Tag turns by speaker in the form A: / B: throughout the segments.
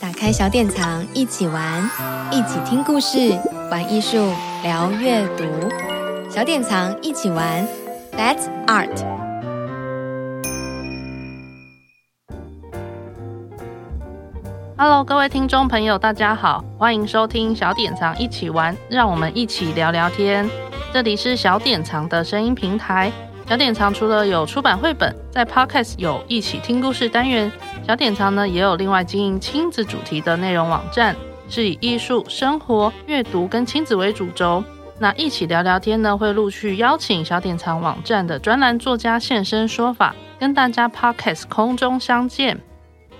A: 打开小典藏，一起玩，一起听故事，玩艺术，聊阅读。小典藏，一起玩，That's Art。
B: Hello，各位听众朋友，大家好，欢迎收听小典藏一起玩，让我们一起聊聊天。这里是小典藏的声音平台。小典藏除了有出版绘本，在 Podcast 有一起听故事单元，小典藏呢也有另外经营亲子主题的内容网站，是以艺术、生活、阅读跟亲子为主轴。那一起聊聊天呢，会陆续邀请小典藏网站的专栏作家现身说法，跟大家 Podcast 空中相见。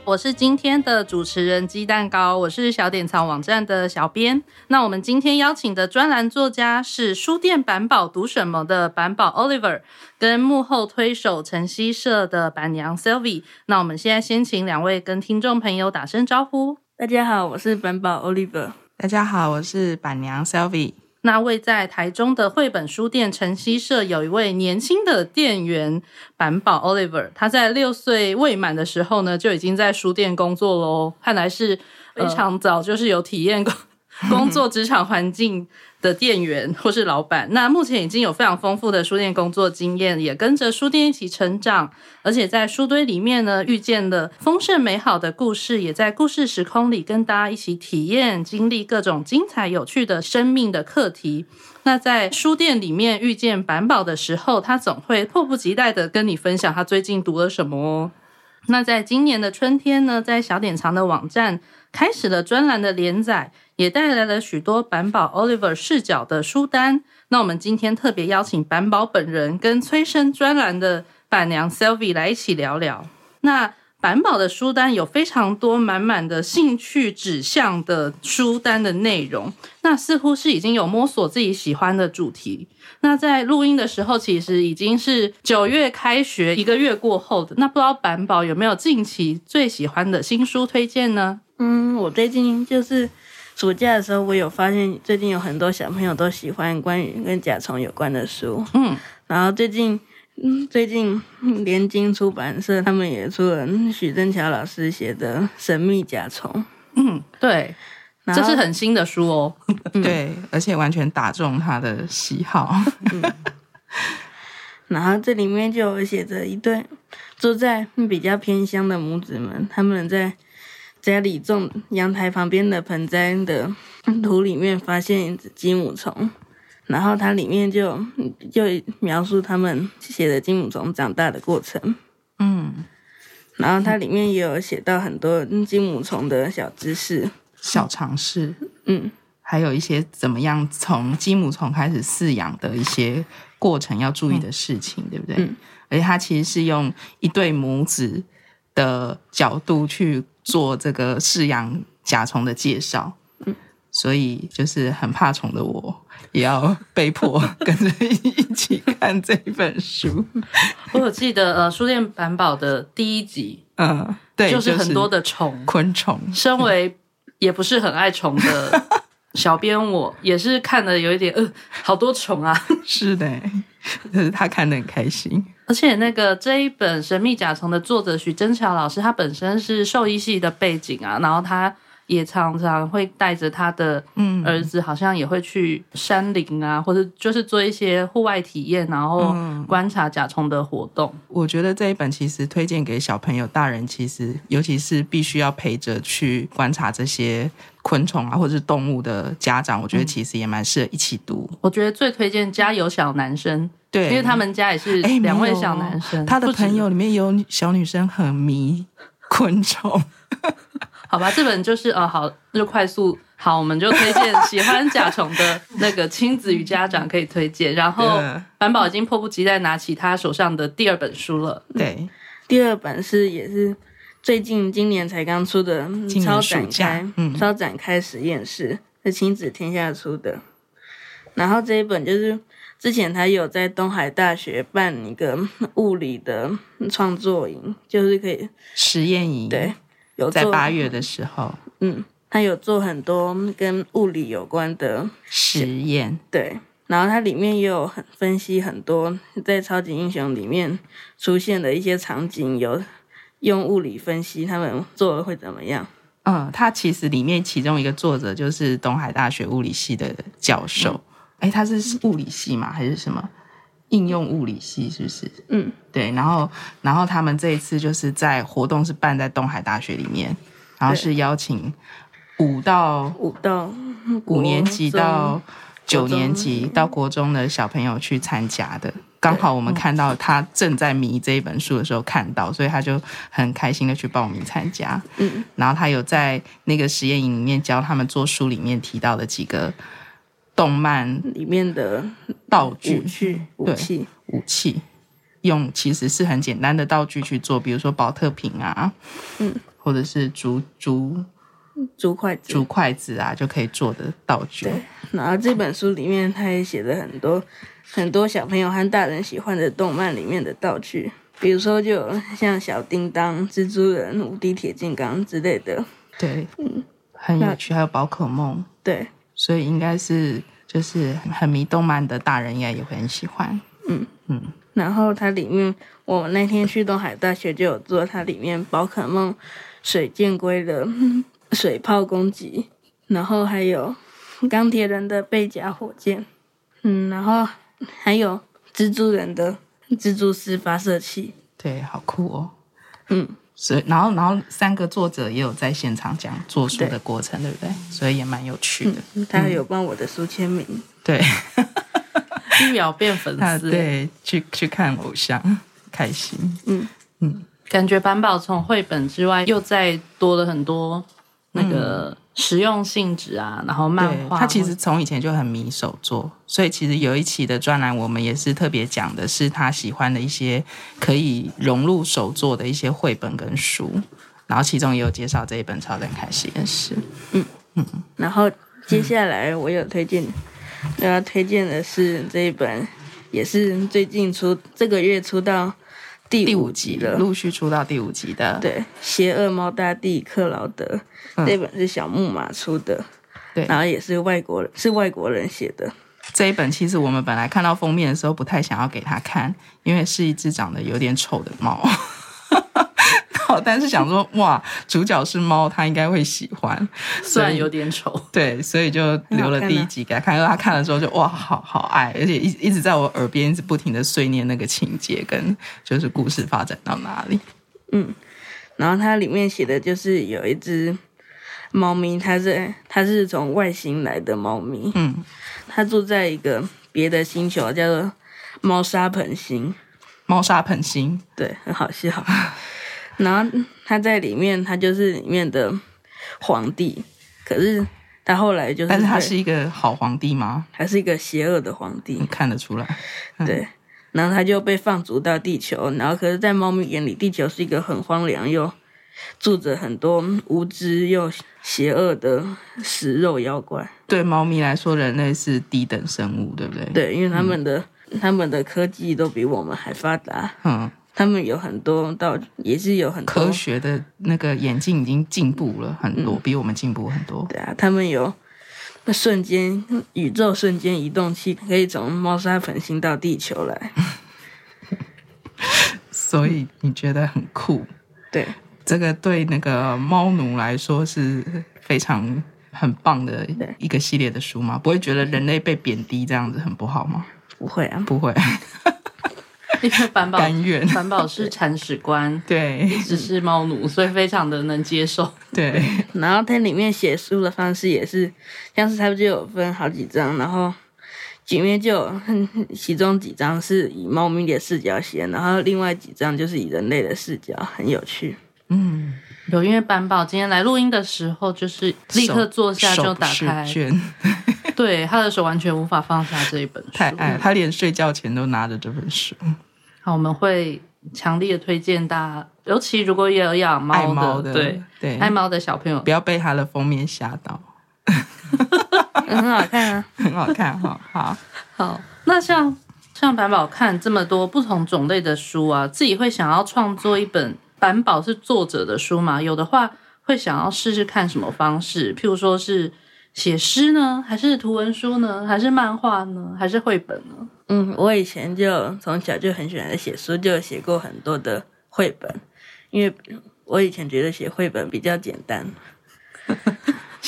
B: 我是今天的主持人鸡蛋糕，我是小典藏网站的小编。那我们今天邀请的专栏作家是书店板宝读什么的板宝 Oliver，跟幕后推手晨曦社的板娘 Sylvie。那我们现在先请两位跟听众朋友打声招呼。
C: 大家好，我是本宝 Oliver。
D: 大家好，我是板娘 Selvi。
B: 那位在台中的绘本书店晨曦社有一位年轻的店员板宝 Oliver，他在六岁未满的时候呢，就已经在书店工作喽。看来是非常早，就是有体验过 工作职场环境的店员 或是老板。那目前已经有非常丰富的书店工作经验，也跟着书店一起成长，而且在书堆里面呢，遇见了丰盛美好的故事，也在故事时空里跟大家一起体验、经历各种精彩有趣的生命的课题。那在书店里面遇见板宝的时候，他总会迫不及待的跟你分享他最近读了什么哦。那在今年的春天呢，在小典藏的网站开始了专栏的连载，也带来了许多板宝 Oliver 视角的书单。那我们今天特别邀请板宝本人跟催生专栏的板娘 Sylvie 来一起聊聊。那板宝的书单有非常多满满的兴趣指向的书单的内容，那似乎是已经有摸索自己喜欢的主题。那在录音的时候，其实已经是九月开学一个月过后的。那不知道板宝有没有近期最喜欢的新书推荐呢？
C: 嗯，我最近就是暑假的时候，我有发现最近有很多小朋友都喜欢关于跟甲虫有关的书。
B: 嗯，
C: 然后最近，嗯，最近嗯联经出版社他们也出了嗯许正桥老师写的《神秘甲虫》，
B: 嗯，对，
C: 然
B: 这
C: 后
B: 是很新的书哦。
D: 对，而且完全打中他的喜好。
C: 然后这里面就有写着一对住在比较偏乡的母子们，他们在家里种阳台旁边的盆栽的土里面发现一只金母虫，然后它里面就就描述他们写的金母虫长大的过程。
D: 嗯，
C: 然后它里面也有写到很多金母虫的小知识，
D: 小尝试，
C: 嗯，
D: 还有一些怎么样从鸡母虫开始饲养的一些过程要注意的事情，对不对？
C: 嗯
D: 而且他其实是用一对母子的角度去做这个饲养甲虫的介绍。
B: 嗯
D: 所以就是很怕虫的我，也要被迫跟着一起看这一 本书。
B: 我有记得呃，书店板宝的第一集
D: 嗯，对，
B: 就
D: 就是
B: 很多的虫，
D: 昆虫。
B: 身为也不是很爱虫的小编我，也是看的有一点呃，好多虫啊。
D: 是的，可是他看得很开心。
B: 而且那个这一本《神秘甲虫》的作者许真巧老师，他本身是兽医系的背景啊，然后他也常常会带着他的
D: 嗯
B: 儿子，好像也会去山林啊，或者就是做一些户外体验，然后
D: 嗯
B: 观察甲虫的活动。
D: 我觉得这一本其实推荐给小朋友、大人，其实尤其是必须要陪着去观察这些昆虫啊，或者是动物的家长，我觉得其实也蛮适合一起读。
B: 我觉得最推荐家有小男生，
D: 对，
B: 因为他们家也是
D: 哎没有
B: 两位小男生，
D: 他的
B: 不止
D: 朋友里面有小女生很迷昆虫，
B: 好吧，这本就是呃，好，就快速好，我们就推荐喜欢甲虫的那个亲子与家长可以推荐。然后
D: 对
B: 板宝已经迫不及待拿起他手上的第二本书了，
D: 对，
C: 第二本是也是最近今年才刚出的嗯
D: 今年
C: 超
D: 暑
C: 展
D: 假
C: 开，
D: 嗯
C: 超展开实验室是亲子天下出的。然后这一本就是之前他有在东海大学办一个嗯物理的嗯创作营，就是可以
D: 实验营
C: 对有
D: 在
C: 做
D: 八月的时候
C: 嗯，他有做很多嗯跟物理有关的
D: 实验，
C: 对，然后它里面也有很分析很多在超级英雄里面出现的一些场景，有用物理分析他们做了会怎么样。
D: 嗯，他其实里面其中一个作者就是东海大学物理系的教授，哎、他是物理系吗？还是什么应用物理系？是不是？
C: 嗯，
D: 对。然后，然后他们这一次就是在活动是办在东海大学里面，然后
C: 对
D: 是邀请五到
C: 五到
D: 五年级到九
C: 国中嗯
D: 年级到国中的小朋友去参加的。刚好我们看到他正在迷这一本书的时候看到，所以他就很开心的去报名参加。
C: 嗯，
D: 然后他有在那个实验营里面教他们做书里面提到的几个动漫
C: 里面的
D: 道具
C: 武器武
D: 对
C: 器，
D: 武器，用其实是很简单的道具去做，比如说保特瓶啊，
C: 嗯，
D: 或者是竹竹
C: 竹筷子
D: 竹筷子啊，就可以做的道具。
C: 对，然后这本书里面，他也写了很多很多小朋友和大人喜欢的动漫里面的道具，比如说就有像小叮当、蜘蛛人、无敌铁金刚之类的。
D: 对，很
C: 嗯
D: 有
C: 那
D: 趣，还有宝可梦，
C: 对，
D: 所以应该是就是很迷动漫的大人应该也会很喜欢。
C: 然后它里面，我那天去东海大学就有做它里面宝可梦水箭龟的 嗯水炮攻击，然后还有钢铁人的背甲火箭，嗯，然后还有蜘蛛人的蜘蛛丝发射器。
D: 对，好酷哦。
C: 嗯，
D: 所以然后然后三个作者也有在现场讲做书
C: 对嗯
D: 的过程，对不对？所以也蛮有趣的。
C: 他还有帮我的书签名。
D: 对，
B: 一秒变粉
D: 那
B: 丝。，
D: 啊对去去看偶像，开心。
C: 嗯
B: 感觉板宝从绘本之外又再多了很多那个实用性质啊，然后漫
D: 嗯对，
B: 画。
D: 他其实从以前就很迷手作，所以其实有一期的专栏，我们也是特别讲的是他喜欢的一些可以融入手作的一些绘本跟书，然后其中也有介绍这一本《超展开实验室》。
C: 然后接下来我有推荐，我要推荐的是这一本，也是最近出这个月出到第
D: 第
C: 五
D: 五
C: 集
D: 集
C: 了。
D: 陆续出到第五集的，
C: 对，《邪恶猫大帝克劳德》
D: 嗯
C: 这本是小木马出的，
D: 对
C: 然后也是外国人，是外国人写的，
D: 这一本，其实我们本来看到封面的时候不太想要给他看，因为是一只长得有点丑的猫。 然后但是想说，哇，主角是猫，他应该会喜欢。
B: 虽然有点丑，
D: 对，所以就留了第一集给他看，啊因为他看了之后就哇，好好爱，而且一一直在我耳边一直不停的碎念那个情节跟就是故事发展到哪里。
C: 然后它里面写的就是有一只猫咪，它是它是从外星来的猫咪，
D: 嗯，
C: 它住在一个别的星球，叫做猫砂盆星。
D: 猫砂盆星，
C: 对，很好笑。
D: 啊
C: 然后他在里面，他就是里面的皇帝，可是他后来就是被，
D: 但是他是一嗯个好皇帝吗？
C: 还是一个邪恶的皇帝
D: 你，看得出来，
C: 对。然后他就被放逐到地球，然后可是，在猫咪眼里，地球是一个很荒凉又住着很多无知又邪恶的食肉妖怪。
D: 对猫咪来说，人类是低等生物，对不对？，
C: 对，因为他们的、他们的科技都比我们还发达，
D: 嗯，
C: 他们有很多道，也是有很多
D: 科学的那个眼镜已经进步了很多，比我们进步很多。
C: 对啊，他们有那瞬间宇宙瞬间移动器，可以从猫砂盆星到地球来。
D: 所以你觉得很酷，
C: 对，
D: 这个对那个猫奴来说是非常很棒的
C: 对
D: 一个系列的书吗？不会觉得人类被贬低这样子很不好吗？
C: 不会啊，
D: 不会，
B: 因为板 宝
D: 甘愿
B: 板宝是铲屎官，
D: 对
B: 只是猫奴，所以非常的能接受。
D: 对，
C: 然后它里面写书的方式也是，像是它就有分好几章，然后里面就有其中几章是以猫咪的视角写，然后另外几章就是以人类的视角，很有趣。
D: 嗯，
B: 有，因为板宝今天来录音的时候，就是 立刻坐下
D: 手
B: 就打开
D: 手不，释卷，
B: 对，他的手完全无法放下这一本书。
D: 太爱了，他连睡觉前都拿着这本书，
B: 好，我们会强烈推荐大家，尤其如果也有养
D: 爱
B: 猫
D: 猫
B: 的
D: 的，
B: 对
D: 对，
B: 爱猫的小朋友
D: 不要被它的封面吓到，
C: 很好看啊，
D: 很好看哈、好，
B: 好，那像像板宝看这么多不同种类的书啊，自己会想要创作一本板宝是作者的书吗？有的话会想要试试看什么方式，譬如说是写诗呢，还是图文书呢，还是漫画呢，还是绘本呢？
C: 嗯，我以前就从小就很喜欢写书，就有写过很多的绘本，因为我以前觉得写绘本比较简单，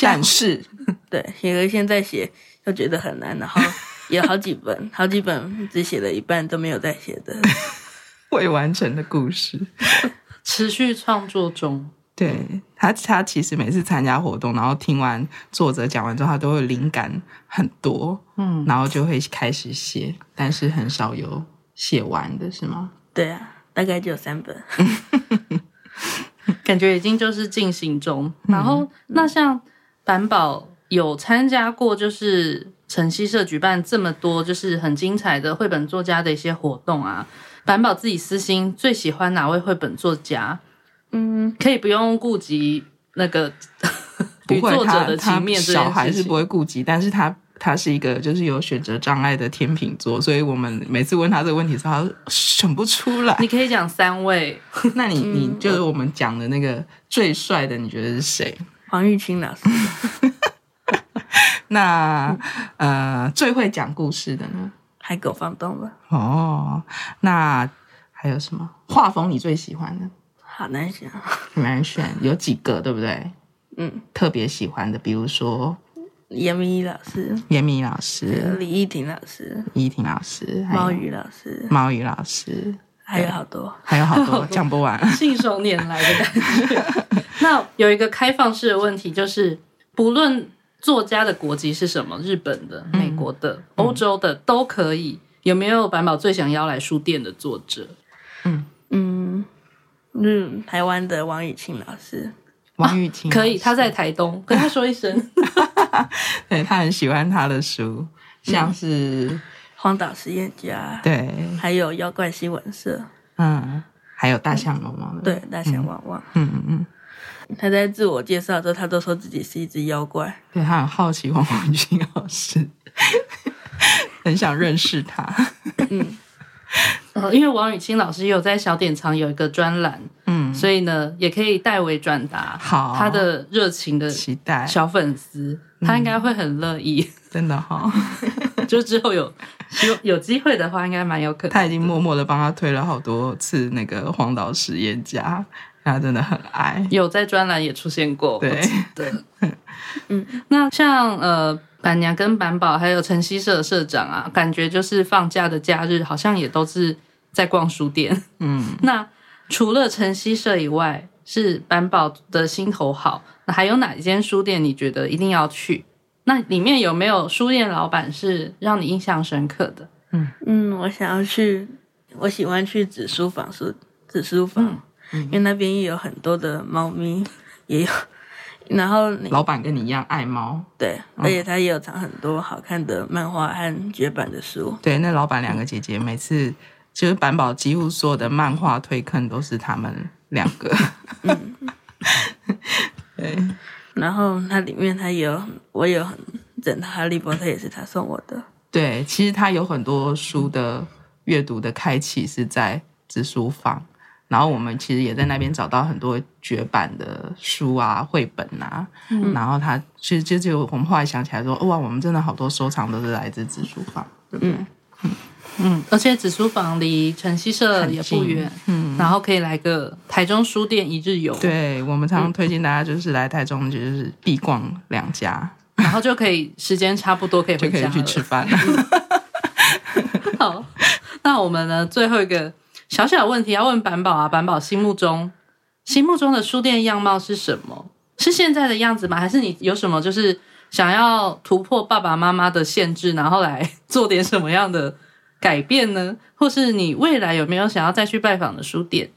D: 但是
C: 对，写了现在写又觉得很难，然后有好几本，好几本只写了一半都没有再写的。
D: 未完成的故事。
B: 持续创作中。
D: 对他，他其实每次参加活动，然后听完作者讲完之后，他都会灵感很多，
B: 嗯，
D: 然后就会开始写，但是很少有写完的，是吗？
C: 对啊，大概就有三本。
B: 感觉已经就是进行中。然后，那像板宝有参加过，就是晨曦社举办这么多就是很精彩的绘本作家的一些活动啊。板宝自己私心最喜欢哪位绘本作家？
C: 嗯，
B: 可以不用顾及那个
D: 不
B: 与
D: 会，
B: 作者
D: 他
B: 的情
D: 他
B: 面这
D: 小孩
B: 件事
D: 是不
B: 情。
D: 会顾及，但是他他是一个就是有选择障碍的天秤座，所以我们每次问他这个问题的时候，他都选不出来。
B: 你嗯可以讲三位，
D: 那你你就是我们讲的那个最帅的，你觉得是谁？
C: 黄玉清老师，
D: 那
B: 嗯
D: 呃，最会讲故事的呢？
C: 海狗房东吧，
D: 哦，那还有什么画风你最喜欢的？
C: 好难想。
D: 很难选，有几个对不对？
C: 嗯，
D: 特别喜欢的，比如说
C: 严明一老师、
D: 严明老师、
B: 嗯
C: 李义婷老师、
D: 依婷老师、还有
C: 猫鱼老师，
D: 猫鱼老师，
C: 还有好多。
D: 还有好 多讲不完。
B: 信手拈来的感觉。 那有一个开放式的问题，就是不论作家的国籍是什么，日本的、美国
D: 嗯
B: 的、欧洲的都可以。有没有板宝最想邀来书店的作者？
C: 嗯，嗯，台湾的王雨庆老师，
D: 王玉 清、
B: 可以，他在台东，跟他说一 声。
D: 对他很喜欢他的书，
B: 嗯
D: 像是、
C: 荒岛实验家，
D: 对，
C: 还有妖怪新闻社，
D: 嗯，还有大象毛毛的，
C: 对，大象旺旺。
D: 嗯嗯嗯，
C: 他在自我介绍的时候，他都说自己是一只妖怪。
D: 对他很好奇王文清老师， 很想认识他。
B: 呃，因为王雨清老师也有在小典藏有一个专栏，
D: 嗯，
B: 所以呢，也可以代为转达
D: 好
B: 他的热情的
D: 期待，
B: 小粉丝，他应该会很乐意。
D: 真的哈、嗯
B: 就之后有有有机会的话，应该蛮有可能。
D: 他已经默默的帮他推了好多次那个荒岛实验家，他真的很爱。
B: 有在专栏也出现过，
D: 对
B: 我 记得。嗯，那像呃板娘跟板宝还有晨曦社的社长啊，感觉就是放假的假日好像也都是在逛书店。
D: 嗯，
B: 那除了晨曦社以外，是板宝的心头好，那还有哪一间书店你觉得一定要去？那里面有没有书店老板是让你印象深刻的？
C: 嗯，我想要去，我喜欢去紫书坊书紫书
B: 嗯
C: 坊，因为那边也有很多的猫咪，也有，然后你
D: 老板跟你一样爱猫，
C: 对，
B: 嗯
C: 而且它也有藏很多好看的漫画和绝版的书。
D: 对，那老板两个姐姐每次就是板宝几乎所有的漫画推坑都是他们两个。 对，
C: 然后它里面它也有，我也有很整套《哈利波特》也是他送我的。
D: 对，其实他有很多书的阅读的开启是在紫书坊，然后我们其实也在那边找到很多绝版的书啊、绘本啊，然后他其实就就我们后来想起来说，哇，我们真的好多收藏都是来自紫书坊，
B: 嗯，而且紫书房离晨曦社也不远，嗯，然后可以来个台中书店一日游，，
D: 对我们常常推荐大家就是来台中就是必逛两家，
B: 然后就可以时间差不多可以
D: 就
B: 回
D: 可
B: 家
D: 以
B: 了。嗯
D: 去 吃饭。
B: 好，那我们呢最后一个小小的问题要问板宝啊，板宝心目中心目中的书店样貌是什么？是现在的样子吗？还是你有什么就是想要突破爸爸妈妈的限制，然后来做点什么样的改变呢？或是你未来有没有想要再去拜访的书店？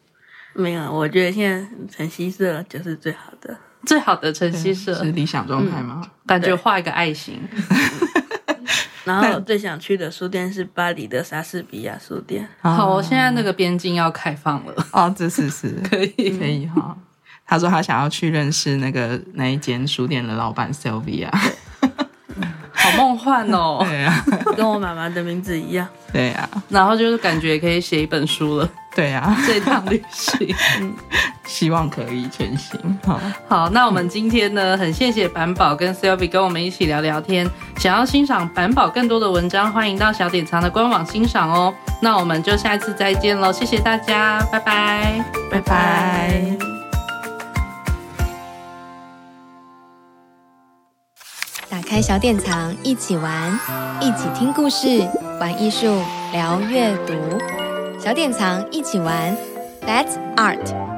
C: 没有，我觉得现在晨曦社就是最好的。
B: 最好的晨曦社
D: 是理想状态吗？
B: 感觉画一个爱心，
C: 然后我最想去的书店是巴黎的莎士比亚书店。
B: 好，我
D: 啊
B: 现在那个边境要开放了，
D: 哦，这是是
B: 可以。
D: 可以哈。他说他想要去认识那个那一间书店的老板 Sylvia。
B: 好梦幻哦！
D: 对啊，
C: 跟我妈妈的名字一样。
D: 对啊，
B: 然后就是感觉也可以写一本书了，
D: 对啊，
B: 这趟旅行。
D: 希望可以成行。好，
B: 好，那我们今天呢，很谢谢板宝跟 Sylvie 跟我们一起聊聊天。想要欣赏板宝更多的文章，欢迎到小典藏的官网欣赏哦。那我们就下一次再见喽，谢谢大家，拜拜。
D: 拜拜。
A: 打开小典藏，一起玩，一起听故事，玩艺术，聊阅读。小典藏，一起玩，That's Art。